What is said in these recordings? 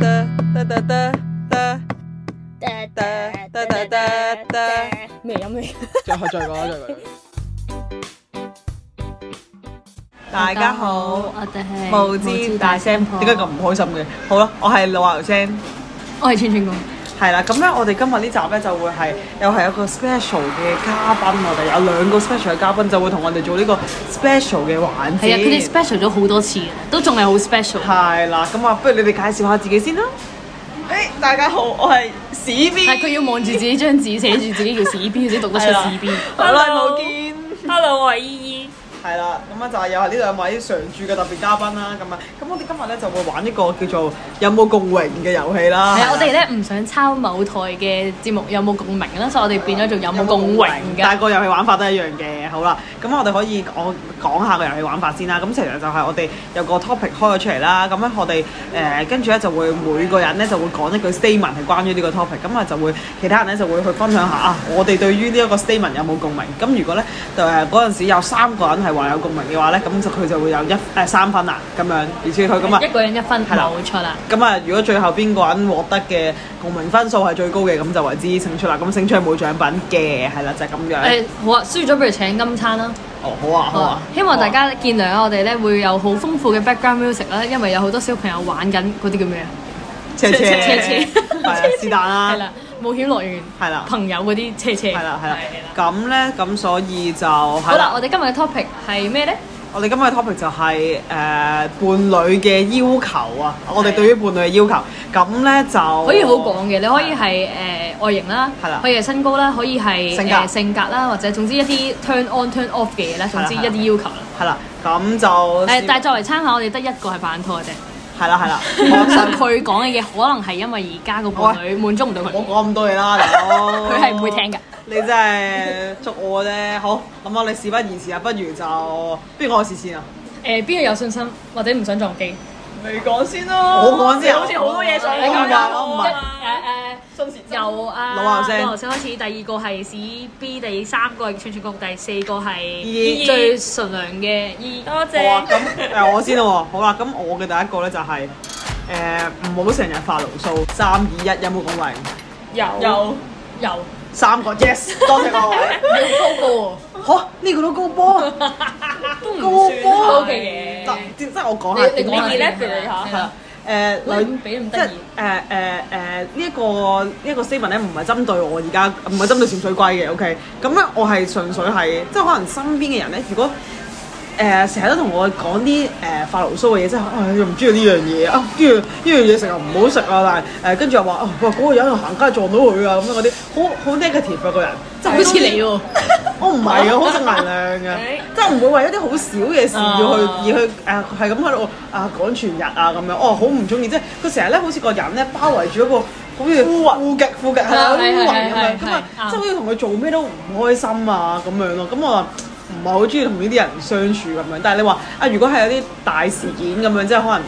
得得得得，噠噠噠噠噠噠咩飲咩？再再講再講。大家好，我哋係無知大聲婆，點解咁唔開心嘅？好啦，我係老牛聲。我係串串公，係啦，咁咧我哋今日呢集咧就會係又係一個 special 嘅嘉賓，我哋有兩個 special 嘅嘉賓就會同我哋做呢個 special 嘅環係啊，佢哋節。 special 咗好多次嘅，都仲係好 special。係啦，咁啊，不如你哋介紹下自己先啦。誒、大家好，我係史 B 但係佢要望住自己張紙，寫住自己叫屎 B，佢先讀得出係啦屎 B。好耐冇見。 Hello，我係依依。係啦，咁啊就係又係呢兩位常駐嘅特別嘉賓啦，咁啊，咁我哋今日咧就會玩一個叫做有冇共榮嘅遊戲啦。係啊，我哋咧唔想抄某台嘅節目有冇共鳴啦，所以我哋變咗做有冇共榮但係㗎。個遊戲玩法都一樣嘅。好啦，咁我哋可以我講下個遊戲玩法先啦。咁其實就係我哋有個 topic 開咗出嚟啦。咁咧我哋誒跟住咧就會每個人咧就會講一句 statement 係關於呢個 topic。咁啊就會其他人咧就會去分享下啊，我哋對於呢一個 statement 有冇共鳴？咁如果咧就誒嗰陣時有三個人係話有共鳴嘅話咧，咁就佢就會有一誒、三分啦咁樣，如此類推咁啊。一個人一分，係啦冇錯啦。咁啊，如果最後邊個人獲得嘅共鳴分數係最高嘅，咁就為之勝出啦。咁勝出係冇獎品嘅，係啦，就係、咁樣。誒好啊，輸咗不如請金餐啦。哦，好啊，好啊，希望大家見諒我哋咧會有好豐富嘅 background music 啦，因為有好多小朋友玩緊嗰啲叫咩啊？斜斜斜斜 係啊，是但係啦，啦，冒險樂園係啦，朋友嗰啲車車。係啦，係啦。咁咧，咁所以就係好啦，啦。我哋今日嘅 topic 係咩咧？我哋今日嘅 topic 就係誒呃伴侶嘅要求啊，我哋對於伴侶嘅要求。咁咧就可以好廣嘅，你可以係誒外形啦哦係啦，可以係身高啦，可以係性格誒性格啦，或者總之一啲 turn on turn off 嘅嘢啦，總之一係啦啲要求啦。係啦，咁就誒，但係作為參考，我哋得一個係拍 緊拖嘅啫。係啦係啦，所以 我佢講嘅嘢可能係因為而家個伴侶滿足唔到佢。我講咁多嘢啦，大佬。佢係唔會聽㗎。你真係捉我啫，好咁我哋事不宜遲啊，不如就邊個開始先啊？誒，邊個有信心或者唔想撞機？你講先哦咯，我講先啊好似好多嘢想你講咁㗎樣我唔係啊誒誒。順時針由啊老牛聲老牛聲開始，第二個係史 B，第三個係串串公，第四個係 E，依最純良嘅 E。多好啊，謝。咁誒我先咯喎，好啦，咁我嘅第一個咧就係誒唔好成日發牢騷，三二一有冇咁榮？有有有三個 yes，多謝 各位。高嚇呢個都高波， 都高唔算波高嘅嘢嗱即即係我講下你點講解下你先 elaborate 啊下係啦。誒喂女俾咁呃即得係意誒誒誒呢一個呢一個 statement 咧，唔係針對我而家，唔係針對潛水龜嘅。OK，咁咧我係純粹係即係可能身邊嘅人咧，如果誒成日都同我講啲誒發牢騷嘅嘢，即係唉又唔中意呢樣嘢啊，跟住呢樣嘢食又唔好食啊，但係誒跟住又話啊哇嗰個人行街撞到佢啊咁樣嗰啲，好好 negative 啊個人，即係好似多你喎，我唔 係哦啊，好正能量嘅，哎即係唔會為一啲好少嘅事要去啊而去誒係咁喺度啊趕全日啊咁樣，哦好唔中意，即係佢成日咧好似個人咧包圍住一個好似烏雲烏極負極係啦啊烏係雲咁係係樣，咁啊係啱即係好似同佢做咩都唔開心啊咁樣咯，咁我話唔係好中意同呢啲人相處咁樣，但係你話啊如果係有啲大事件咁樣，即係可能。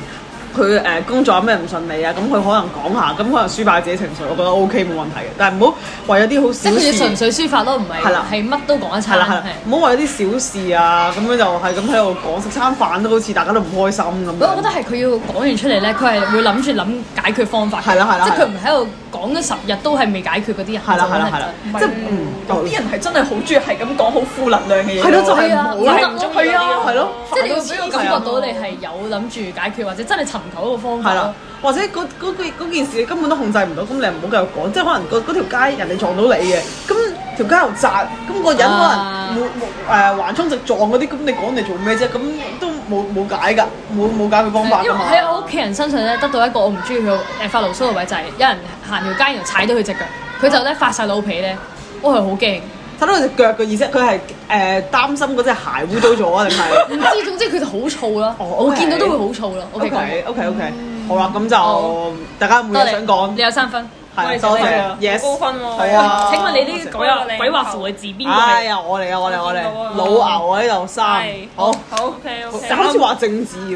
佢誒工作有咩唔順利啊？咁佢可能講下，咁可能抒發自己情緒，我覺得 O K 冇問題嘅。但係唔好為一啲好即小係佢事要純粹抒發咯，唔係係啦係乜都講一係啦係餐啦。，唔好為啲小事啊，咁樣就係咁喺度講食餐飯都好似大家都唔開心咁我覺得樣。係佢要講完出嚟咧，佢係會諗住諗解決方法嘅。係啦係啦即係係佢啦唔喺度講咗十日都係未解決嗰啲人。係啦係啦係啦即就可能，即係係嗯有啲人係真係好中意係咁講好負能量嘅嘢，係咯，就係係唔啊好有啦得唔中意嗰啲咯係咯，即係你要俾我感覺係啊到你係有諗住解決，或者真係尋求一個方法係咯。啦，或者嗰嗰件嗰件事你根本都控制唔到，咁你唔好繼續講，即係可能嗰嗰條街人哋撞到你嘅，咁條街又窄，咁個人可啊能冇冇誒橫衝直撞嗰啲，咁你講嚟做咩啫？咁都冇冇解㗎，冇冇解決方法因㗎為嘛。喺我屋企人身上咧，得到一個我唔中意佢誒發牢騷嘅位，就係、有人行條街然後踩到佢只腳，佢就啊咧發晒老脾咧，我係好驚。睇到佢只腳嘅意思，佢係誒擔心嗰只鞋污糟咗啊，定係？唔知總之佢就好燥啦，哦我 OK 見到都會好燥啦。OK， OK 講 OK OK，好啦，咁好就大家有冇嘢想你講？有三分。我係多哋就謝係，yes，高分喎係啊。請問你呢個我鬼有畫領鬼畫頭符嘅字邊個哎係？呀，我嚟啊，我嚟，我我嚟見到啊，老牛啊呢度三係，好，好 OK OK，好似話政治喎，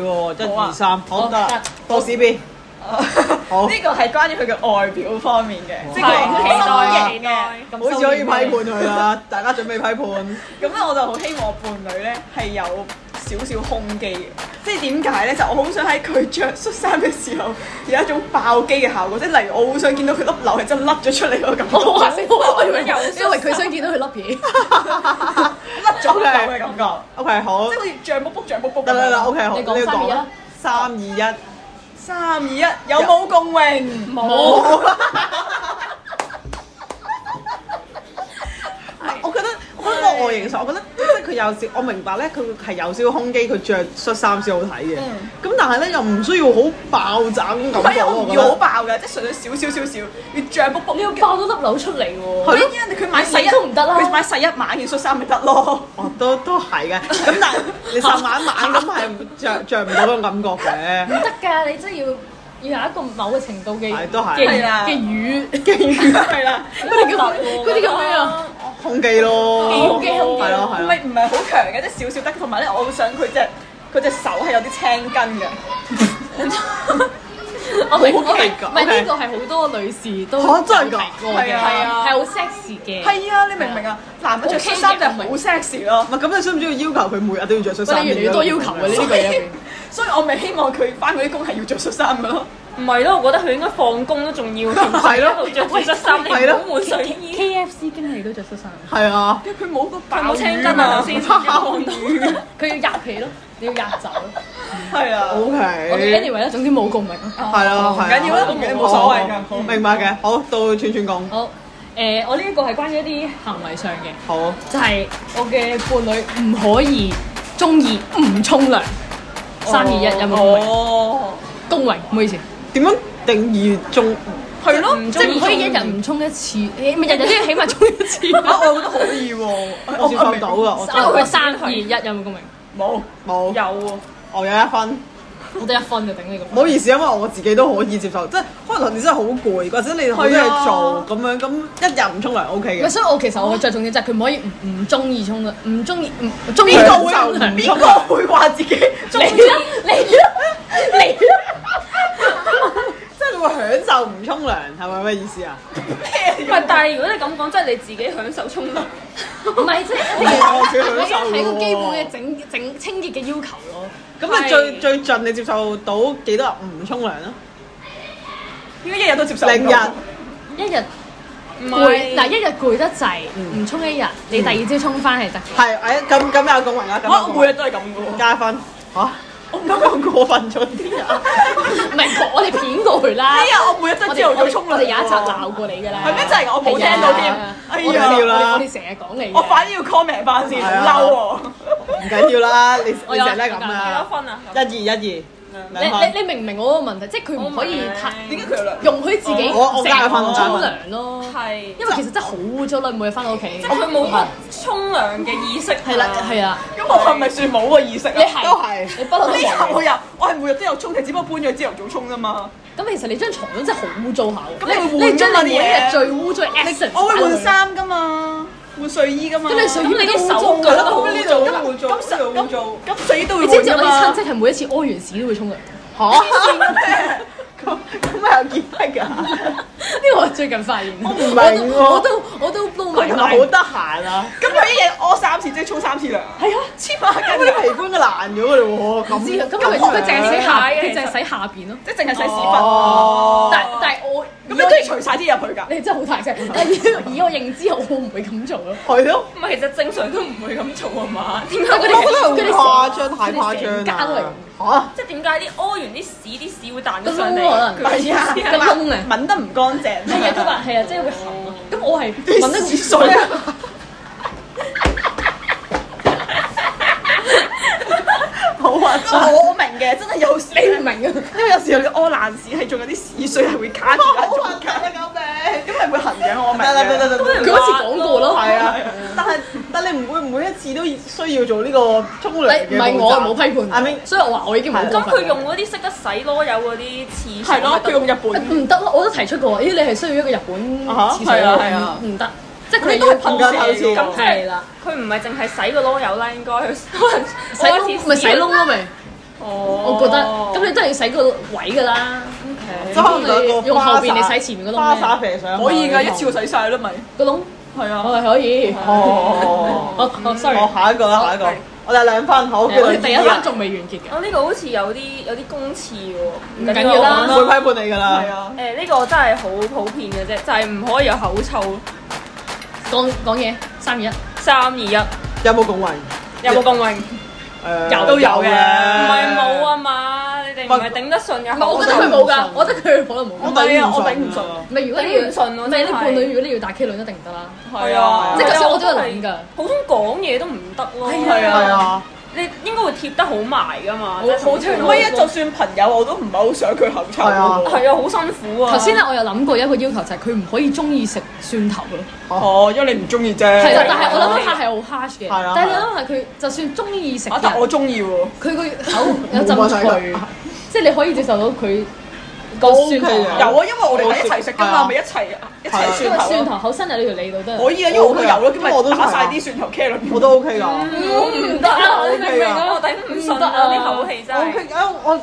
好一啊二三，好得啦得，到史 B，好呢個係關於佢嘅外表方面嘅，即係係期待佢身期形待嘅。好似可以批判佢啦，大家準備批判，咁咧我就好希望我伴侶咧係有少少胸肌嘅。即係點解咧？就我好想喺佢着恤衫嘅時候有一種爆肌嘅效果，即係例如我好想見到佢粒瘤係真係甩咗出嚟嗰個 感覺， 我話我以為有因為佢想見到佢粒嘢。 甩咗粒瘤嘅感覺， O K 好即係，好似脹卜卜脹卜卜咁得樣。啦得啦，O K 好，你你講要三二講一啦，三二三二一，一，有冇共榮？哦冇，我覺得我覺得個外形上，我覺得即係佢有少，我明白咧，佢係有少少胸肌，佢着恤衫先好睇嘅。嗯咁但係咧又唔需要好爆炸咁唔感覺係喎，我唔我覺要好得。爆㗎，即係純粹少少少少，要脹卜卜。你要爆到粒瘤出嚟係喎。咯佢因為佢買細一你都唔得啦佢買細一碼件恤衫咪得咯。哦，都都係嘅，咁但係你十晚晚咁係着着唔到嗰種感覺嘅。得㗎，你真係要要有一個某嘅程度嘅係都係嘅係啦嘅魚，係啦，嗰啲叫嗰啲叫咩啊？胸肌咯，胸肌胸肌係咯唔係咯係唔係好強嘅，即係少少得。同埋咧，我好想佢隻佢隻手係有啲青筋嘅。我明好我明奇怪唔係 OK 呢個係好多女士都嚇真係㗎有提過嘅，係啊係啊係好 sexy 嘅。係啊，你明唔明啊？男人着恤衫就係好 sexy 咯唔。係咁，你需唔需要要求佢每日都要着恤喂衫？你越嚟越多要求嘅呢啲句入邊。所以我咪希望佢翻嗰啲工係要着恤衫嘅咯。唔係咯，我覺得佢應該放工都仲要係一咯路着住恤衫，你係咯唔好換睡衣。 K F C 經理都着恤衫，係啊，因為佢冇個佢爆冇青筋啊，頭先爆佢要壓皮咯，你要壓走咯。係啊。 O K， anyway 咧，總之冇共鳴咯。係啦，唔緊要啦係啊冇所謂㗎好好嗯明白嘅。好，到串串講，好，誒，我呢一個係關於一啲行為上嘅，好，就係我嘅伴侶唔可以中意唔沖涼。三二一，有冇共鳴？哦，恭維，唔好意思，點樣定義中？係咯，嗯即係唔可以一日唔沖一次，誒咪日日都 要起碼沖一次。啊，我覺得可以喎。我接受到啊，我因為佢三二一有冇共鳴？冇。冇，有喎，我有一分。我得一分就頂你個唔分。好意思，因為我自己都可以接受，即係可能你真係好攰，或者你好多嘢做咁樣，咁一日唔沖涼 O K 唔係，嘅。所以我其實我嘅着重點就係佢唔可以唔唔中意沖涼，唔中意唔中意邊個沖會涼唔沖邊個會話自己中意你啊啦，你啦，你啦，即係你會享受唔沖涼，係咪咩意思啊？唔係，但係如果你咁講，即係你自己享受沖涼，唔係即係一定要我自己享啊係受一係個基本喎嘅整整清潔嘅要求咯。咁你係最最盡你接受到幾多日唔沖涼啊？應該一日都接受唔到零日一日唔攰，嗱係一日攰得滯，唔沖一日，你第二朝沖翻係得嘅。係，誒哎咁咁有共鳴啦，咁我有我每共日鳴都係咁嘅喎。加分嚇，我唔過分咗啲啊！唔係我哋騙過佢啦 哎。呀，我每日都係我哋朝頭早我哋沖涼。我哋有一集鬧過你㗎啦。係咩？真係㗎我冇聽到添係啊。哎我哋呀笑，啦我哋成日講你㗎。我反而要 comment 翻先，係啊嬲喎。唔緊要啦，你我你有成日都係咁幾多啦，分啊？一二一二你兩分你你明唔明我個問題？即係佢唔可以我明太點解佢有兩？容許自己我我加成分我日加分沖涼咯。係，因為其實真係好污糟啦，每日翻到屋企即。係佢冇乜沖涼嘅意識。啊係啦係啦，咁我係咪算冇個意識啊？你係都係你不嬲都呢日我冇。有，我係每日都有沖，但只不過搬咗朝頭早沖啫嘛。咁其實你張床都真係好污糟下喎。咁你會換你將㗎嘛你啲每嘢日最污糟嘅 essence 我會擺落換去。衫噶嘛，換睡衣噶嘛。咁你睡衣咁你啲手都污腳糟㗎啦都好呢污度糟都啦。會做，咁呢度會做，咁睡衣都會你知唔換知㗎我啲嘛親。戚係每一次屙完屎都會沖涼？呢 嚇，咁咁有見得㗎？個我最近發現。我唔明喎我都我都佢撈埋係咪好得閒啊？咁佢一日屙三次，即係沖三次涼。係啊，黐孖咁筋啲㗎，皮膚嘅爛咗㗎咯喎，唔知啊咁咁佢佢淨係洗下，咁佢淨係洗下邊咯。即係淨係洗屎哦 Ờ. 忽。但但係我咁咁你都要除晒啲入去㗎。你真係 好大聲！但係以以我認知，我唔會咁做咯。係咯。唔係，其實正常都唔會咁做啊嘛。點解我嗰我覺啲得好佢哋誇張，太誇張佢哋成家都係啦啊咁！嚇，即係點解啲屙完啲屎啲屎會彈咗上個窿可能嚟？係 啊，個窿啊抿得唔乾淨。係啊，佢話係啊，即係會痕啊。咁我 係揾得啲屎水 啊！好啊！我我明嘅，真係有時你唔明 啊？因為有時候你屙爛屎係仲有啲屎水係會卡住啊 喺中間，咁係會痕嘅。我明得啦得啦嘅。得啦，佢好似講過咯，係啊，但係但係你唔會每一次都需要做呢個沖涼嘅你唔係我冇批判，阿明所以我話我已經冇咁啊過分佢用嗰啲識得洗囉柚嗰啲廁所係咯，佢用日本。唔得咯，我都提出過，咦你係需要一個日本廁所啊係啊係啊唔唔得，即係佢你都係噴㗎射頭咁先咁即係係啦，佢唔係淨係洗個籮柚啦，應該佢可能洗窿咪洗窿咯咪，哦我覺得咁你都係要洗個位㗎啦，即係可能兩個用後邊花灑你洗前面嗰花窿灑咩肥上去可以㗎，一次過洗晒啦咪。個窿係啊。哦我係可以，哦，我我 sorry，我下一個啦，下一個係。我哋兩分好，我啊哋佢第一分班仲未完結嘅，我哦呢個好似有啲有啲公廁喎，唔緊緊要要講啦啦。會批判你㗎啦。係啊，誒呢個真係好普遍嘅啫，就係唔可以有口臭咯。講講嘢三二一，三二一，有有冇共榮？冇共鳴？誒有都有唔嘅係冇啊嘛，你哋唔係頂得順嘅口我覺臭得。佢冇㗎，我覺得佢可能我頂唔冇。順啊我頂唔順唔係如果你頂唔順唔咯係真係你伴侶，如果你要打 K 輪一定唔得啦。係啊，即係頭先我都有諗㗎普通講嘢都唔得咯。係啊，你應該會貼得好埋㗎嘛，我好唔係啊，就算朋友我都唔係好想佢口臭係啊喎。係啊，好辛苦啊。頭先咧，我有諗過一個要求就係佢唔可以中意食蒜頭咯。哦，因為你唔中意啫。係啦，啊但係我諗下係好 harsh 嘅。係啊但係你諗下佢，就算中意食啊，但我嘅，中意喎。佢個口有冇陣問題菜，即係你可以接受到佢有啊，因都 OK 嘅個蒜頭口。為我哋係一齊食㗎係啊嘛，咪一齊一係啊齊蒜因為頭蒜咯。頭口伸喺呢條脷度都係可以啊，因為我都有咯，咁咁我都咪打晒係啊啲蒜頭 c a r 我都 OK 㗎。我唔得啊！你明唔明啊？我頂唔順啊！唔得啲啊口氣真我係。佢啊，我誒誒，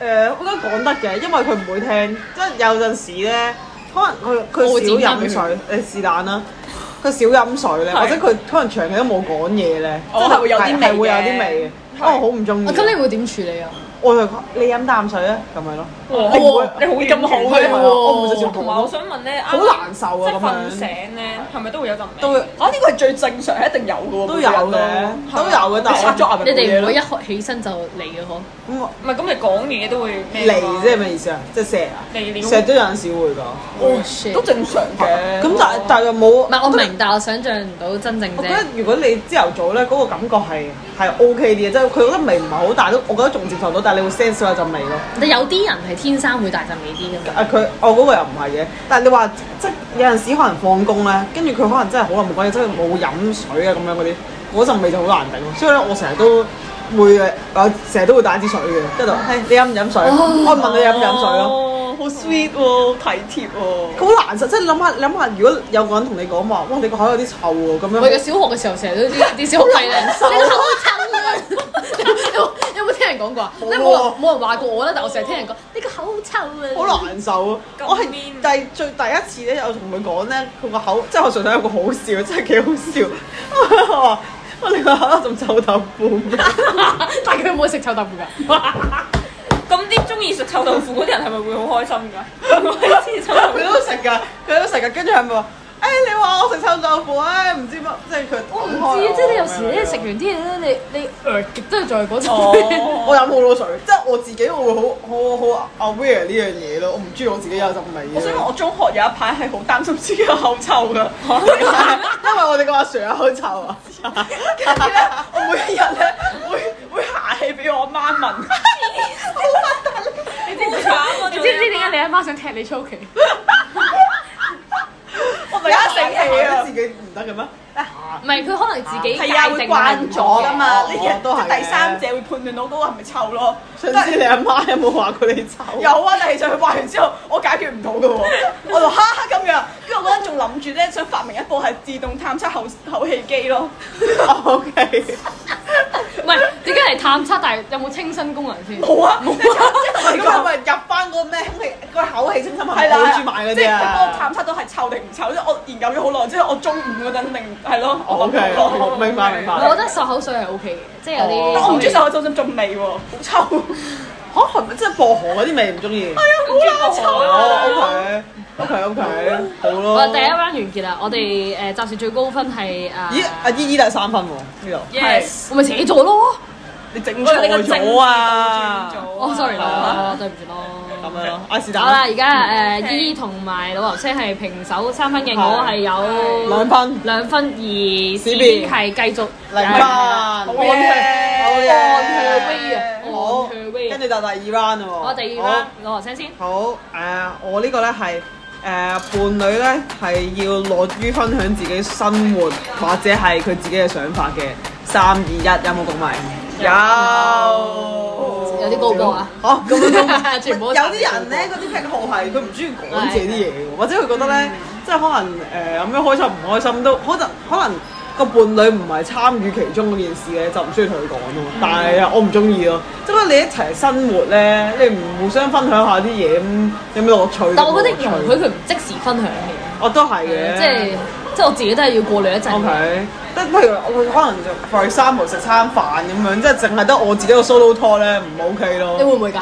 呃我覺得講得嘅，因為佢唔會聽，即係有陣時咧，可能佢我會剪佢少飲翻佢水，誒是但啦，佢少飲水咧，係或者佢可能長期都冇講嘢咧，哦係會有啲味係會有嘅啲味嘅，哦係我好唔中意。啊咁你會點處理啊？我就講你飲啖水啊，咁樣咯，哇你唔會你好你咁好嘅喎我唔會直接同埋我講，想問咧，啊好難受啊即係咁樣瞓醒咧，係咪都會有陣味？都會啊，呢個係最正常，一定有嘅喎。都有嘅，都有嘅，但你係刷咗牙咪你冇嘢哋唔咯會一學起身就嚟嘅呵？咁我唔係咁，你講嘢都會咩㗎嚟即係咩意思啊？即係射啊？嚟料射都有陣時會㗎， Oh shit！都正常嘅。咁但係但係又冇唔係我明，但我想象唔到真正我啫覺。得如果你朝頭早咧，嗰、個感覺係係 O K 啲嘅，即係佢覺得味唔係好大，都我覺得仲接受到，但係你會 sense 到有陣味咯。但有啲人係天生會大陣味啲㗎嘛。啊，佢我嗰個又唔係嘅，但係你話即係有陣時可能放工咧，跟住佢可能真係好耐冇講嘢，真係冇飲水啊咁樣嗰啲，嗰陣味就好難頂咯。所以咧，我成日都會誒，我成日都會帶支水嘅，跟住就哦嘿你飲唔飲水？我問你飲唔飲水咯。哦，好 sweet 喎，體貼喎。佢好難受，即係諗下諗下，如果有個人同你講話，哇你個口有啲臭喎咁我嘅樣，小學嘅時候成日都啲啲小學弟咧，你個口臭啊！有 有冇聽人講過啊？即係冇人冇人話過我啦，但我成日聽人講你個口好臭啊！好難受啊！咁我係 mean 但係最第一次咧，我同佢講咧，佢個口即係我純粹有個好笑，真係幾好笑。 我話我你個口仲臭豆腐 咩， 但係佢有冇食臭豆腐㗎？咁啲中意食臭豆腐嗰啲人係咪會好開心㗎？我係中意臭豆腐啊佢都食㗎，佢都食㗎，跟住係咪話？誒、你話我食臭豆腐啊？唔知乜，即係佢我唔知啊，即係你有時咧食完啲嘢咧，你你呃極都係在嗰陣。我飲好多水，即係我自己我會好好好 aware 呢樣嘢咯，我唔中意我自己有陣味啊嘅。我想講，我中學有一排係好擔心自己嘅口臭㗎，因為我哋個阿 Sir 口臭啊，跟住咧，我每一日咧會會下氣俾我阿媽聞，你知唔知慘啊？ 你知唔知點解你阿媽想踢你出屋企？我 突然間醒起啊！自己唔得嘅咩？唔係佢可能自己係啊，會慣咗㗎嘛，呢哦啲都係嘅第三者會判斷到嗰個係咪臭咯。上次你阿媽有冇話過你臭？有啊，但係就佢話完之後，我解決唔到嘅 喎，我就哈哈咁樣，跟住我嗰陣仲諗住咧，想發明一部係自動探測口口氣機咯， O K，唔係點解嚟探測？但係有冇清新功能先？冇啊，冇啊， 咁即係係咪入翻嗰個咩空氣個口氣清新係係啦，啦，住買嗰即啲係佢幫我啊探測到係臭定唔臭，即係我研究咗好耐之後，我中午嗰陣定係咯， ？O 我 K，諗咗咯明白明我白。覺得漱口水係 O K 嘅，即係有哦啲。但我唔中意手口中浸味喎，好臭，嚇係咪即係薄荷嗰啲味唔中意？好臭哦，O K，O K O K，好我咯。第一 round 完結啦，我哋誒暫時最高分係誒，咦，啊阿姨姨都係三分喎，呢度。 Yes，我咪寫咗咯。你整喂你個正咗啊！字倒轉咗哦，sorry 啊咯，對唔住咁咯。樣咯，啊是但好啦，啦，而家誒 Okay 姨姨同埋老牛車係平手三分嘅，係我係有兩分，兩分，而史邊邊係繼續呃零分，係好嘢好嘢，嘢好好嘢跟住就第二 round 啦喎，啊我哋要啦，老牛車先。好。好，誒、呃我呢個咧係誒伴侶咧係要樂於分享自己生活或者係佢自己嘅想法嘅。三二一，有冇共鳴？有有啲高過啊哦，咁樣都 全部有都啲人咧，嗰啲癖好係佢唔中意講自己啲嘢嘅，或者佢覺得嗯咧，即係可能誒有咩開心唔開心都可能可能個伴侶唔係參與其中嗰件事咧，就唔需要同佢講咯。嗯但係呃我唔中意咯，即係你一齊生活咧，你唔互相分享下啲嘢咁，有咩樂趣？但我覺冇樂得容趣哦許佢唔即時分享嘅，我都係嘅，即係即係我自己都係要過濾一陣。 OK，即係譬如我可能就 for example 食餐飯咁樣，即係淨係得我自己個 solo talk 咧，唔 OK 咯你。會唔會㗎？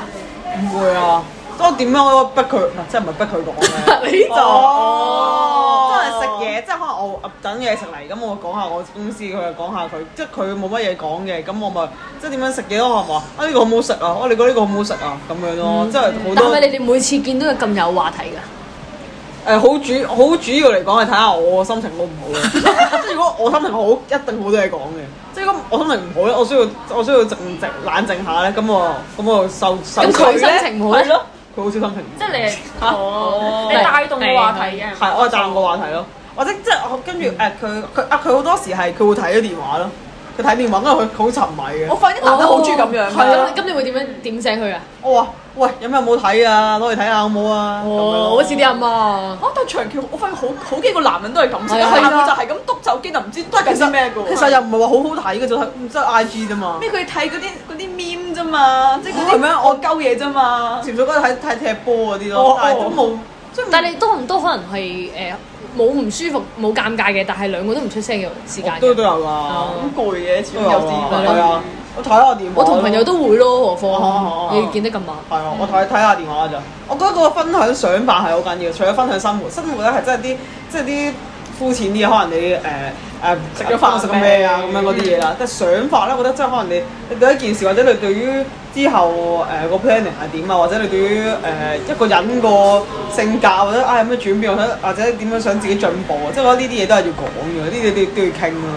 唔會啊，我點樣我逼佢，唔係即係唔係逼佢講 嘅。你就哦真係食嘢，即係可能我呃等嘢食嚟，咁我講下我公司，佢又講下佢，即係佢冇乜嘢講嘅，咁我咪即係點樣食嘢咯，係嘛？啊呢個好唔好食啊？我你覺得呢個好唔好食啊？咁樣咯，即係好嗯但多係咪你哋每次見到佢咁有話題㗎？誒好主好主要嚟講係睇下我心情好唔好 咯。即係如果我心情好，一定好多嘢講嘅。即係咁我心情唔好咧，我需要我需要靜靜冷靜下咧，咁我咁我受受咁佢水呢心情唔好呢係咯，佢好少心情唔好。即係你嚇哦，你帶動個話題嘅，係，我係答個話題咯。或者即係我跟住誒佢佢啊佢好多時係佢會睇咗電話咯，佢睇電話，因為佢好沉迷我哦嘅。發現啲男得好中意咁樣係㗎啊，咁你會點樣點醒佢啊？我話喂有咩好睇啊？攞嚟睇下好唔好啊？咁樣哦，咯好似啲阿媽。啊！但長期我發現好好幾個男人都係咁係先，啊下個就係咁篤手機，就唔知都係緊啲咩嘅喎。其實又唔係話好好睇嘅，就係即係 I G 啫嘛。咩佢睇嗰啲嗰啲 meme 啫嘛，即係嗰係啲咩咩我我鳩嘢啫嘛。潛水嗰日睇睇踢波嗰啲咯哦，但係都冇即係但係你多唔多可能係誒冇唔舒服冇尷尬嘅，但係兩個都唔出聲嘅時間冇都都嘅。有㗎，咁哦攰嘅，始都終有有啊啲係係啊。我睇下電話咯。我同朋友都會咯，何哦哦哦況你見得咁猛。係啊，我睇睇下電話咋。我覺得個分享想法係好緊要，除咗分享生活，生活咧係真係啲即係啲膚淺啲嘢，可能你誒誒食咗飯食咗咩啊咁樣嗰啲嘢啦。但係想法咧，我覺得真係可能你你對一件事，或者你對於之後誒個 planning 係點啊，或者你對於誒一個人個性格或者啊有咩轉變，或者或者點樣想自己進步啊，即係我覺得呢啲嘢都係要講嘅，呢啲都要都要傾咯。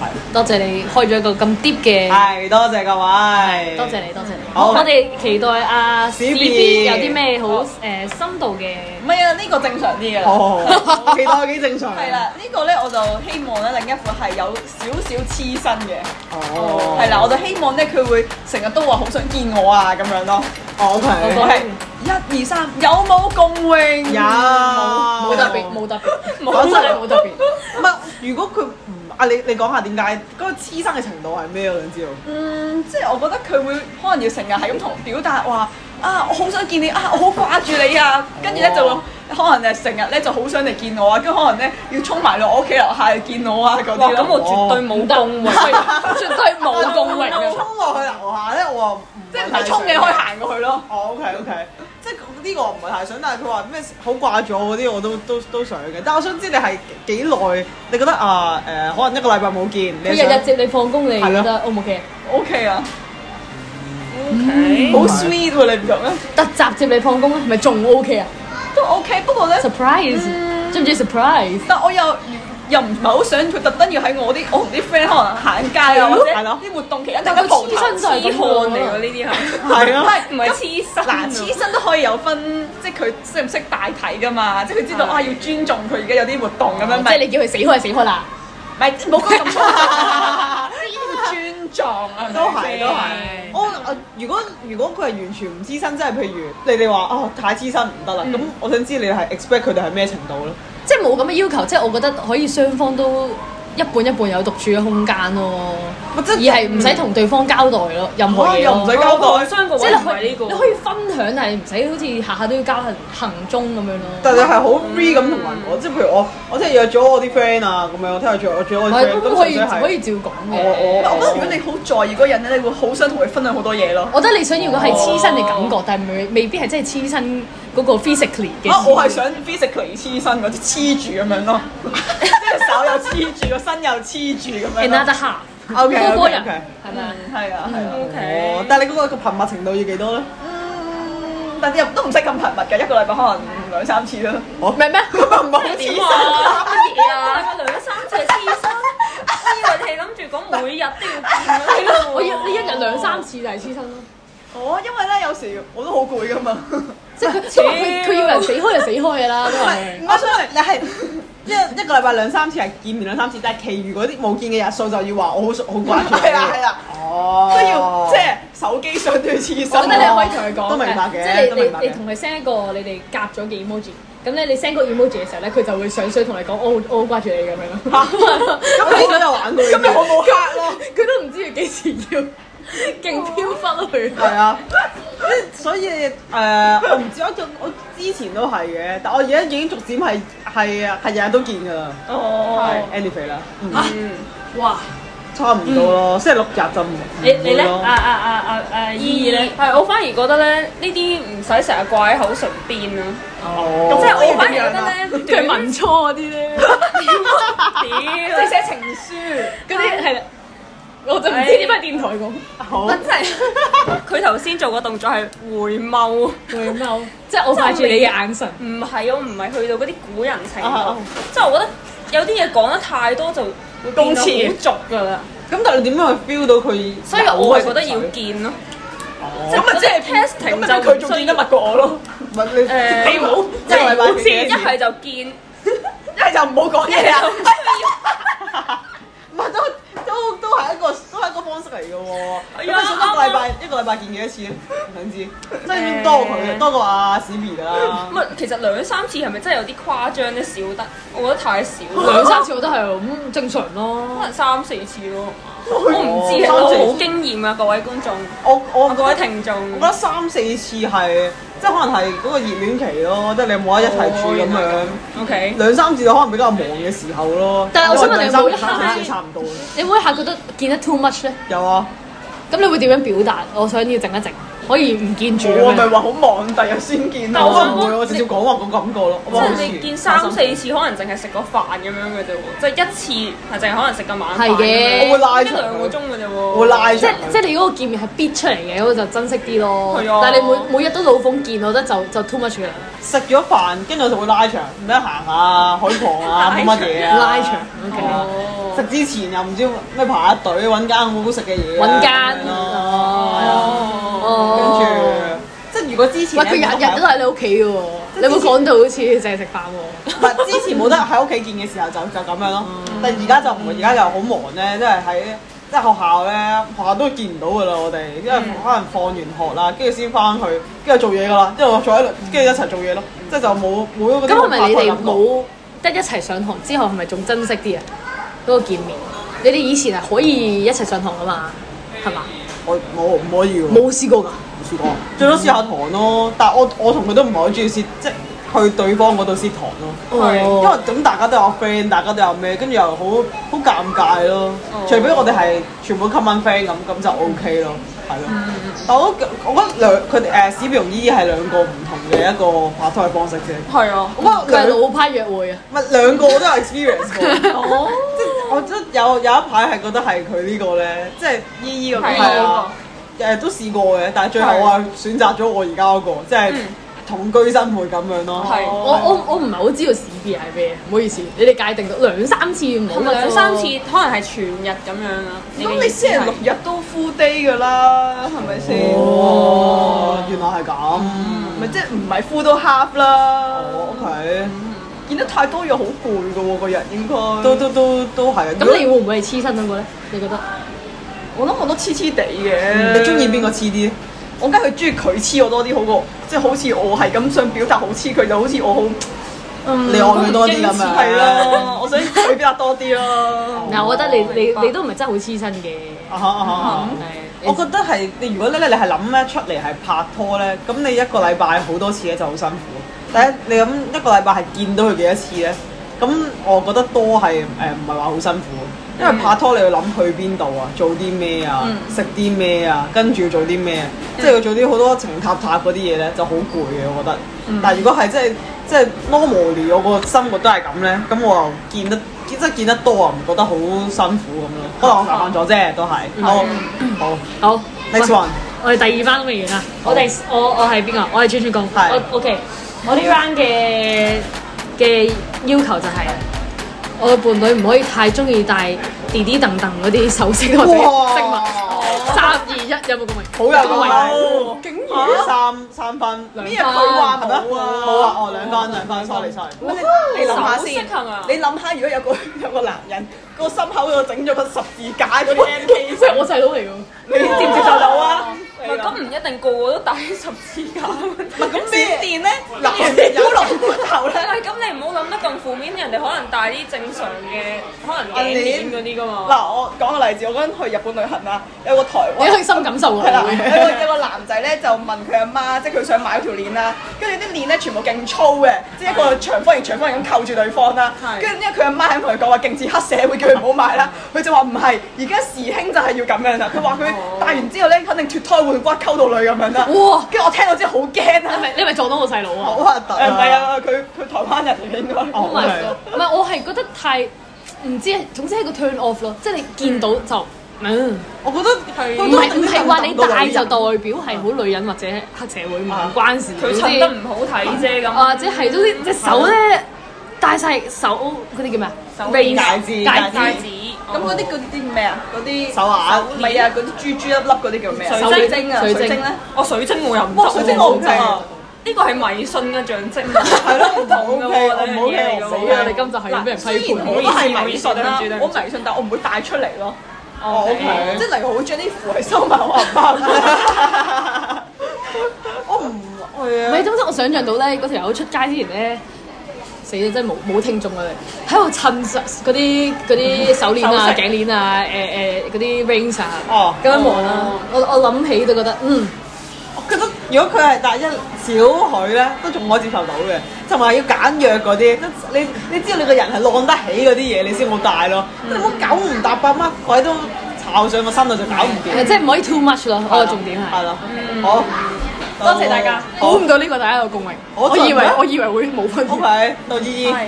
係。多謝你開咗一個咁 deep 嘅，係，多謝各位。多謝你，多謝你。好我哋期待阿 CB C B 有啲咩好誒深度嘅。唔係啊，呢個正常啲嘅。哦，期待幾正常。係啦，呢個咧我就希望咧另一款係有少少黐身嘅，哦，係啦，我就希望咧佢會成日都話好想見我啊咁樣咯。哦我我，OK，覺係一二三，有冇共榮？有冇冇特別，冇特 講別，冇哦真真係冇特別。唔係，如果佢唔啊，你你講下點解嗰個黐身嘅程度係咩？我想知道。嗯，即係我覺得佢會可能要成日係咁同我表達話啊，我好想見你啊，我好掛住你哦啊，跟住咧就會可能誒成日咧就好想嚟見我啊，跟住可能咧要衝埋落我屋企樓下嚟見我啊嗰哇！啲咁我咯。絕對冇共榮， 絕對冇啊共榮我 嘅。衝落去樓下咧，我話即係唔係衝你可以。行過去咯。哦，OK OK，即係呢個我唔係太想，但係佢話咩好掛住我嗰啲，我都都都想嘅。但係我想知你係幾耐？你覺得啊誒，可能一個禮拜冇見，佢你日日想接你放工，你係咯覺得 O 唔 OK？ O K 啊， OK，好 sweet 喎，你唔覺咩？特集接你放工咧，咪仲 O K 啊都 O K，不過咧， ？Surprise，中唔中意 surprise？但我又又唔係好想佢特登要喺我啲我同啲 friend 可能行街係啊，咯或者係咯啲活動期間大但家佢蒲啊黐身就係痴咁漢嚟樣㗎啊呢啲係，係啊。 唔係黐身嗱，啊。黐身都可以有分，即係佢識唔識大體噶嘛？即係哦佢知道係啊，要尊重佢而家有啲活動咁樣，即係咪你叫佢死開就死開啦。咪冇講咁粗口啊， 呢個尊重啊，都係都係係。我我如果如果佢係完全唔黐身，即係譬如你哋話啊太黐身唔得啦，咁、我想知你係 expect 佢哋係咩程度咧？即係冇咁嘅要求，即係我覺得可以雙方都一半一半有獨處嘅空間咯，咪而即係係唔使同對方交代咯，任何啊嘢又唔咯使我交代我相個即位係唔你可係以呢個你。可以分享，但係你唔使好似下下都要交行行蹤咁樣但咯。係好 free 咁同人講，即係譬如我我聽日約咗我啲 friend 啊咁樣，我聽日約我約我唔啲係 friend，咁可咁純以粹係可以照講嘅。我我覺得如果你好在意嗰個人咧，你會好想同佢分享好多嘢咯。我覺得你想要嘅係黐身嘅感覺，但係未未必係真係黐身嗰個 physically 嘅。啊！我係想 physically 黐身嗰啲黐住咁樣咯，即係手又黐住，個身又黐住咁樣 another 咯。 half， OK 多個人 OK 係咪啊？係啊，係啊。 O 哦 K，但係你嗰個個頻密程度要幾多咧？嗯，但係又都唔使咁頻密嘅，一個禮拜可能兩三次咯。我明咩？ 唔好點黐 身。啊？乜嘢啊？兩三隻黐身，我以為你諗住講每日都要見嗰啲喎 我要你一日兩三次就係黐身咯。哦，因為咧有時我都好攰噶嘛。 即係佢佢佢要人死開就死開㗎啦，都係。我想問你係一一個禮拜兩三次係見面兩三次，但係其餘嗰啲冇見嘅日數就要話我好好掛住你。係啦係啦，哦，都要即係手機上都要黐我覺得身。你可以同佢講，都明白嘅誒即係都你明白嘅你你同佢 send 一個你哋夾咗嘅 emoji，咁咧你 send 個 emoji 嘅時候咧，佢就會上水同你講我好我好掛住你咁樣咯。 咁你都有玩過呢啲？咁咪好冇黑咯， 佢都唔知佢幾時要，勁飄忽去。係啊，所以誒、呃我唔知我我之前都係嘅，但我而家已經逐漸係係啊係日日都見㗎啦。哦， anyway 啦，嗯啊哇！差唔多咯，星期六日就唔你你咧？唔會咯啊啊啊啊啊！意義咧？係我反而覺得咧，呢啲唔使成日掛喺口唇邊啊！哦，即係我反而咁樣啊覺得咧，佢文初嗰啲咧，屌，即係寫情書，嗰啲係啦， 我就唔知點解電台講。好真係佢頭先做個動作係回眸，會踎，即啊係我掛住你嘅眼神。唔係我唔係去到嗰啲古人情啊況，即係我覺得有啲嘢講得太多就會變得公廁好俗㗎啦，咁但係你點樣去 feel 到佢？所以我係覺得要見咯，哦，咁咪即係 testing 咁咪就佢仲見得密過我咯。唔係你誒你唔好即一個禮拜係見幾一多次係就見，一係就唔好講嘢啊！唔係都都都係一個都係一個方式嚟嘅喎。咁你哎呀想一個禮拜一個禮拜見幾多次咧？唔想知，即係已經多過佢誒多過阿史 B 啦。咁啊其實兩三次係咪真係有啲誇張咧？少得，我覺得太少啦， 兩三次我都係咁正常可咯。能三四次咯，我我唔知啊，我好經驗啊，各位觀眾，啊我我各位聽眾，我覺得三四次係即係可能係嗰個熱戀期咯，即係你冇得一齊哦住咁樣。 O K。兩三次就可能比較忙嘅時候咯。但係我想問你有冇一下三四次差唔多？你會一下覺得見得 too much 咧？有啊，咁你會點樣表達？我想要靜一靜，可以唔見住我咁咪樣。話好忙，第日先見但我我都咯。唔會，我直接講話個感覺咯。我即話好係似你見三四次，可能淨係食個飯咁樣嘅啫喎，即係一次係淨係可能食個晚飯咁樣，係嘅我會拉一長兩個鐘嘅啫喎，我會拉即長佢即係你嗰個見面係必出嚟嘅，我就珍惜啲咯。係啊但係你每每日都老奉見，我覺得就就 too much 啦。食咗飯，跟住我就會拉長，唔得行下海旁啊， 冇乜嘢啊，拉長，OK 哦係啊食之前又唔知咩排下隊，揾間好好食嘅嘢啊，揾間咁樣咯，哦係啊哦，跟住即係如果之前喂，呢佢日日都喺你屋企嘅喎，你有冇講到好似淨係食飯喎？唔係之前冇得喺屋企見嘅時候就就咁樣咯，嗯但而家就唔會，而家又好忙咧，即係喺即係學校咧，學校都見唔到噶啦，我哋因嗯為可能放完學啦，跟住先翻去，跟住做嘢噶啦，因為我坐喺度，跟住一齊做嘢咯，即係就冇冇嗰啲嗯咁係咪你拍拖感哋覺冇得一齊上堂之後，係咪仲珍惜啲啊？嗰個見面，你哋以前係可以一齊上堂噶嘛？係嘛？我冇唔可以喎，冇試過㗎。試過，最多試下堂咯，但係我我同佢都唔係好中意試，即係去對方嗰度試堂咯。哦係因為咁大家都有 friend，大家都有咩，跟住又好好尷尬咯。除非我哋係全部 common friend 咁，咁就 OK 咯，係咯。但我都我覺得兩佢哋呃誒史碧容姨姨係兩個唔同嘅一個拍拖嘅方式啫。係啊，我覺哦佢得係兩老派約會啊！唔係兩個我都有 experience 過。哦，即係我真有有一排係覺得係佢呢個咧，即係姨姨嗰個係係啊啊，誒都試過嘅，但係最後我係選擇咗我而家嗰個，即係同居生活咁樣咯。係我我我唔係好知道屎別係咩，唔好意思，你哋界定到兩三次唔係好咪咪啫兩三次，可能係全日咁樣啊？咁你星期六日都 full day 㗎啦，係咪先？哦，原來係咁。咪即係唔係 full 到 half 啦？哦，OK，見得太多嘢好攰㗎喎，個人應該都都都都係。啊咁你會唔會係黐身嗰個咧？你覺得？我諗我都黐黐地如嘅。嗯果你中意邊個？黐啲？我梗係中意佢黐我多啲好過，即係好似我係咁想表達好黐佢，就好似我好嗯你愛佢多啲咁啊？係。咯，我想佢表達多啲咯。嗱，我覺得你你明白你都唔係真係好黐身嘅， 啊哈啊哈啊哈係我覺得係你，如果咧你係諗咧出嚟係拍拖咧，咁你一個禮拜好多次咧就好辛苦。第一，你咁一個禮拜係見到佢幾多次咧？咁我覺得多係誒唔係話好辛苦，因為拍拖你要諗去邊度啊，做啲咩啊，食啲咩啊，跟住要做啲咩啊，即係要做啲好多情塔塔嗰啲嘢咧，就好攰嘅我覺得。但係如果係即係即係 normally 我個生活都係咁咧，咁我又見得即係見得多啊，唔覺得好辛苦咁咯。可能我習慣咗啫，都係。好，好。好 Next 喂 one，我哋第二 round 都未完啦，好我哋我我係邊個？我係轉轉工。係我 OK，我呢 round 嘅嘅要求就係、我嘅伴侶唔可以太中意戴滴滴噔噔嗰啲首飾或者飾物。三二一，有冇咁好有咁咁圍？啊！竟然三三分，兩咩分佢話冇啊？冇啊冇啊！哦，兩分兩分，sorry sorry。咁你你諗下首飾係嘛先，你諗下如果有個有個男人個心口度整咗個十字架嗰啲 M K，即係我細佬嚟㗎。你接唔接受到啊？唔係咁唔一定個個都戴 十字架。咁咩電咧？嗱，人哋有烏龍罐頭咧，但係咁你唔好諗得咁負面，人哋可能帶啲正常嘅，可能銀頸鏈鏈嗰啲噶嘛。嗱，我講個例子，我嗰陣去日本旅行啦，有個台你灣去。深感受係啦，啊！會有個有個男仔咧就問佢阿媽，即係佢想買嗰條鏈啦，跟住啲鏈咧全部勁粗嘅，即係一個長方形長方形咁扣住對方啦。係跟住因為佢阿媽喺同佢講話勁似黑社會，叫佢唔好買啦。佢就話唔係，而家時興就係要咁樣啦。佢話佢戴完之後咧，肯定脱胎換骨溝到女咁樣啦。哇！跟住我聽到之後好驚你啊！咪你咪撞到我細佬好啊！核突啊誒唔係啊，佢佢台灣人嚟嘅應該。哦 Oh my god！唔係我係覺得太唔知係，總之係個 turn off 咯，即係你見到就嗯。我覺得唔係唔係話你大就代表係好女人或者黑社會唔啊關事，佢總之啊襯得唔好睇啫咁。或者係總之隻手咧戴晒手嗰啲叫咩啊？手 Ring 戒指戒指。咁嗰啲嗰啲咩啊？嗰啲手鐲唔係啊，嗰啲珠珠粒粒嗰啲叫咩啊？水水晶晶啊，水水晶晶咧。我水晶我又唔哇！水晶我唔正識啊。呢個係迷信嘅象徵，係咯唔同嘅唔好嘅喎，唔好嘅兩樣嘢嚟㗎死喎我哋今集係要俾人雖批然唔判好我意都思係唔好迷意思信啦對唔住對唔，住我迷信，但我唔會帶出嚟咯。嗯哦，OK ，OK 即。係例如我會將啲符係收埋我銀包。 我唔係唔啊係，總之我想象到咧，嗰條友出街之前咧，死啦！真係冇冇聽眾啊！你喺度襯實嗰啲嗰嗯啲手鏈啊、手飾頸鏈啊、誒誒嗰啲 rings 啊，哦咁樣望啦。我我諗起都覺得嗯，我覺得如果佢係大一小許咧，都仲可以接受到嘅，同埋要簡約嗰啲，你你知道你個人係浪得起嗰啲嘢，你先好大咯。你冇九唔搭八乜鬼都炒上個身度就搞唔掂。即係唔可以 too much 咯。我個重點係係。咯，好，多謝大家好估唔到呢個大家有共鳴，我我以為盡啦我以為會冇分別。 ，OK，到依依，係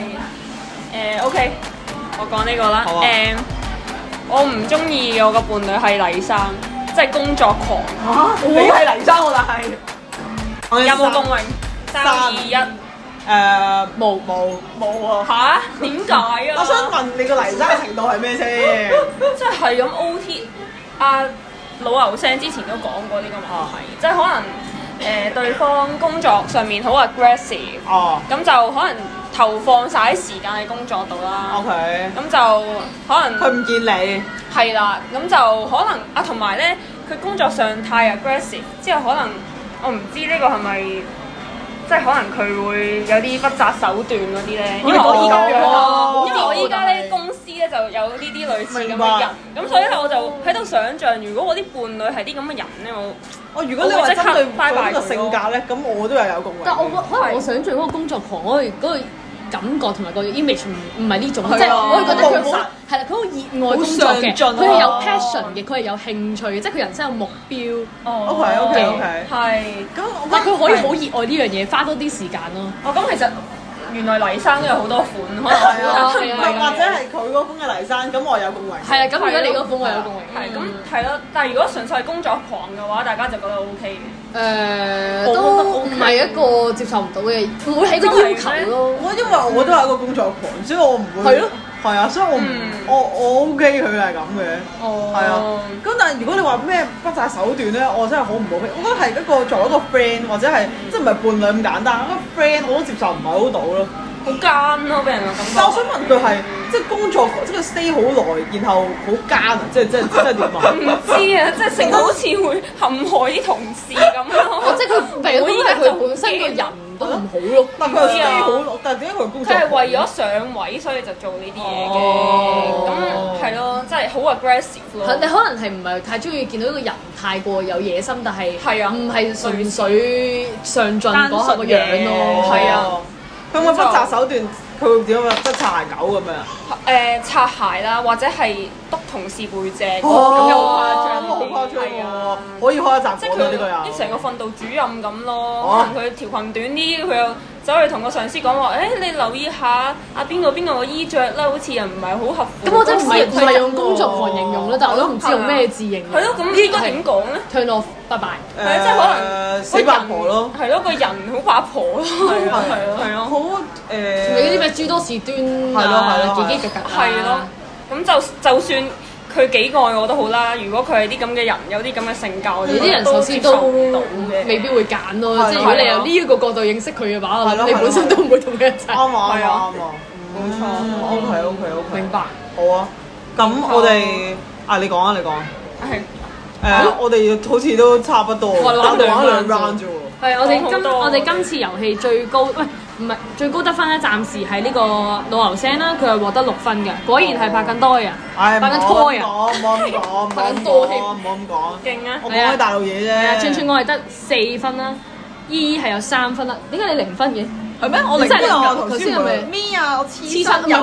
誒 OK，我講呢個啦好啊誒，我唔中意我個伴侶係黎生，即係工作狂，你係黎生，我但係我有冇共鳴？三三二一誒冇冇冇啊！吓？點解啊？我想問你個泥沙程度係咩先？即係咁 OT 啊！老牛聲之前都講過呢個問題，即係可能誒、呃、對方工作上面好 aggressive，哦咁就可能投放晒啲時間喺工作度啦。 ，OK，咁就可哦佢能唔見你，係啦，咁就可能啊，同埋咧，佢工作上太 aggressive，之後可能我唔知呢個係咪，即係可能佢會有啲不擇手段嗰啲咧。因為我依家哦因為我依家咧公司咧就有呢啲類似咁明嘅白人，咁所以咧我就喺度想像，如果我啲伴侶係啲咁嘅人咧，我我如果你話針對佢個性格咧，咁我都係有共鳴。但我覺可能我想象嗰個工作狂嗰個嗰個感覺同埋個 image 唔唔係呢種，即係我會覺得佢好係啦，佢好啊熱愛工作嘅，佢係有 passion 嘅，佢係有興趣嘅，即係佢人生有目標， OK OK OK，係咁我但佢可以好熱愛呢樣嘢，花多啲時間咯。哦，咁其實原來黎生都有好多款，可係能 啊，係啊或者係佢嗰封嘅黎山，咁我有共鳴。係啊，咁如果你嗰款我有共係鳴，咁係咯，但係如果純粹係工作狂嘅話，大家就覺得 O K 嘅。誒都唔係一個接受唔到嘅，唔會係一個要求咯。我因為我都係一個工作狂，所以我唔會係咯，係啊，所以我唔嗯我我 OK 佢係咁嘅，哦係啊。咁但係如果你話咩不擇手段咧，我真係好唔 OK。我覺得係一個作為一個 friend 或者係即係唔係伴侶咁簡單，一個 friend 我都接受唔係好到咯。嗯好奸咯，俾人嘅感覺。但我想問佢係即係工作狂，即係佢 stay 好耐，然後好奸啊！即係即係即係點唔 啊？知啊，即係成好似會陷害啲同事咁 我咯。即係佢病，因為佢本身個人都唔好咯。但佢係知啊 stay 好耐，但係點解佢係工作佢係狂為咗上位，所以就做呢啲嘢嘅。哦咁係咯，即係好 aggressive 咯。你可能係唔係太中意見到一個人太過有野心，但係係啊唔係純粹上進嗰下個樣咯，係啊哦佢會不擇手段，佢會點啊？不擦鞋狗咁樣啊？誒擦鞋啦，或者係督同事背脊，咁咁又又誇誇張，張啲，哦好誇張係喎啊！可以開一集即係講到呢個佢人啲。成個訓導主任咁咯哦，可能佢條裙短啲，佢又走去同個上司講話：，誒、你留意下啊邊個邊個個衣着啦，好似又唔係好合乎。咁我真係唔係唔佢係用工作狂形容啦，但我都唔知用咩字形容。係咯，咁應該點講咧？ turn off，拜拜。誒係即係可能死八婆咯，係咯，個人好八婆咯，係啊係啊係好咯，誒。仲有啲咩諸多事端係啊，咯係咯幾幾格格係咯。咁就就算佢幾愛我都好啦，如果佢係啲咁嘅人，有啲咁嘅性格，我有啲人首都先接都受唔到嘅。未必會揀係咯，咯即係如果你由呢一個角度認識佢嘅話，係咯你係咯本身都唔會同佢一齊。啱啊啱係啊啊啱啊，冇錯，O K O K O K，明白。好啊。咁我哋啊，你講啊，你講。係誒，我哋好似都差不多，我打諗兩兩兩 round 啫喎。係我哋講好今多我哋今次遊戲最高，喂，唔係最高得分咧，暫時係呢個老牛聲啦，佢係獲得六分嘅，果然係拍緊多人，唉，拍唔好咁緊拖人。哎講，唔好咁講，唔好拍咁緊多添講，唔好咁講。勁啊！我講開大陸嘢係啊，啫。串串我係得四分啦，依依係有三分啦，點解你零分嘅？係咩？我你零真係啊分我㗎，頭頭先係先咪咪咩啊？我黐黐身身又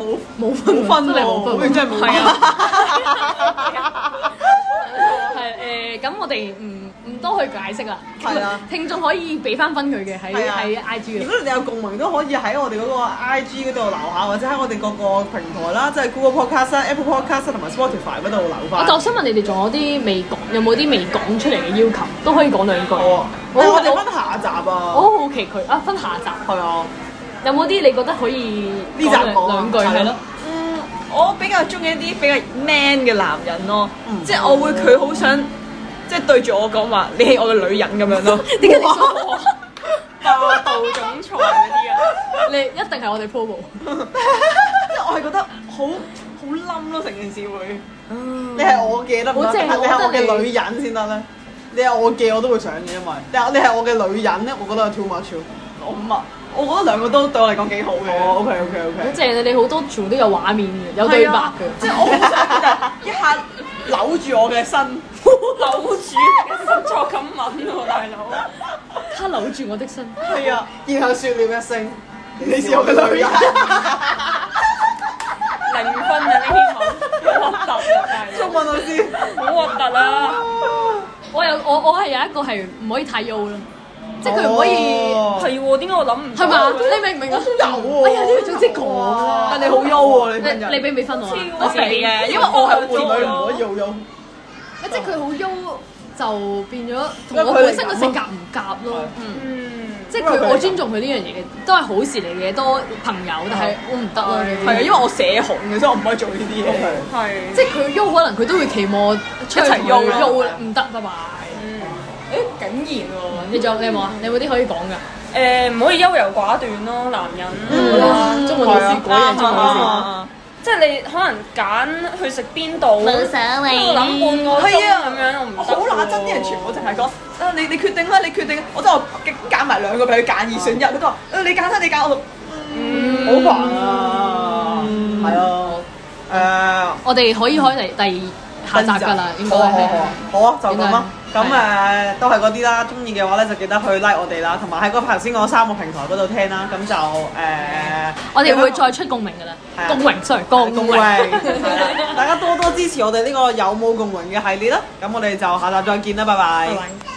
冇冇冇分分真係冇喎，分啊完喎。全冇分。啊係誒，咁我哋唔唔多去解釋啦。係啊，聽眾可以俾翻分佢嘅喺係啊喺 IG 如度。果你哋有共鳴都可以喺我哋嗰個 I G 嗰度留下，或者喺我哋各個平台啦，即係 Google Podcast 啦、Apple Podcast 啦同埋 Spotify 嗰度留我翻。就想問你哋仲有啲未講，有冇啲未講出嚟嘅要求？都可以講兩句。哦，我我我哋我分下集啊。我好好奇佢啊，分下集係啊，有冇啲你覺得可以呢集講兩講啊兩句係係咯咯？嗯，我比較中意一啲比較 man 嘅男人咯，嗯即係我會佢好想即係對住我講話，你係我嘅女人咁樣 咯。點解你想我啊霸道總裁嗰啲啊，你一定係我哋 promo。即係我係覺得好好冧咯，成件事會。你係我嘅得唔得？好正你係我我覺得嘅你女人先得咧。你係我嘅我都會想嘅，因為但係你係我嘅女人咧，我覺得係 too much 咯。我唔啊，我覺得兩個都對我嚟講幾好嘅。哦，OK OK 好 OK。正啊！你好多全部都有畫面嘅，有對白係啊嘅。即係我好想佢就一下扭住我嘅身，樓主嘅作咁吻喎，大佬。 他扭住我的身，係啊，然後説了一聲，你是我嘅女人。零分啊！呢啲吻好核突啊，大 中佬，文老師， 好核突啊！我有我我係有一個係唔可以太 U 啦，即係佢唔可以哦係喎，點解我諗唔到係嘛？嘅你明唔明啊？有喎哎呀，呢個總之講啦。哇但你好優喎，你份你你人。俾唔俾分我啊？超我肥嘅，因為我係我會女女唔咯可以。用用。啊即係佢好 U 就變咗同我本身個性格唔夾咯。嗯，即係佢我尊重佢呢樣嘢，都係好事嚟嘅，多朋友，但係我唔得咯。呢係啊，啲因為我社恐嘅，所以我唔可以做呢啲嘢。 OK 係。即係佢 U 可能佢都會期望我出去一齊同佢 U 啦 U 啦唔得拜拜。誒，竟然喎！你仲有你有冇啊？你有冇啲可以講㗎？誒呃唔可以優柔寡斷咯，男人。嗯哇中文老師果然啱中啊哦啱文老師。啱即係你可能揀去食邊度，冇所謂，諗半個鐘係啊咁樣，我唔得我好乸憎啲人全部淨係講啊！你你決定啦，你決定啦，我真係揀埋兩個俾佢揀二選一，佢都話啊你揀啦，你揀我好煩啊！係啊，我哋可以開嚟第誒下集㗎啦，應該好啊好啊係。好啊，就咁啦。咁應誒都係嗰啲啦，中意嘅話咧就記得去 like 我哋啦，同埋喺嗰頭先講三個平台嗰度聽啦。咁就誒，à, 我哋會再出共鳴㗎啦係啊，共鳴 sorry，共共共鳴。榮， 係啦大家多多支持我哋呢個有冇共榮嘅系列啦。咁我哋就下集再見啦，拜拜拜拜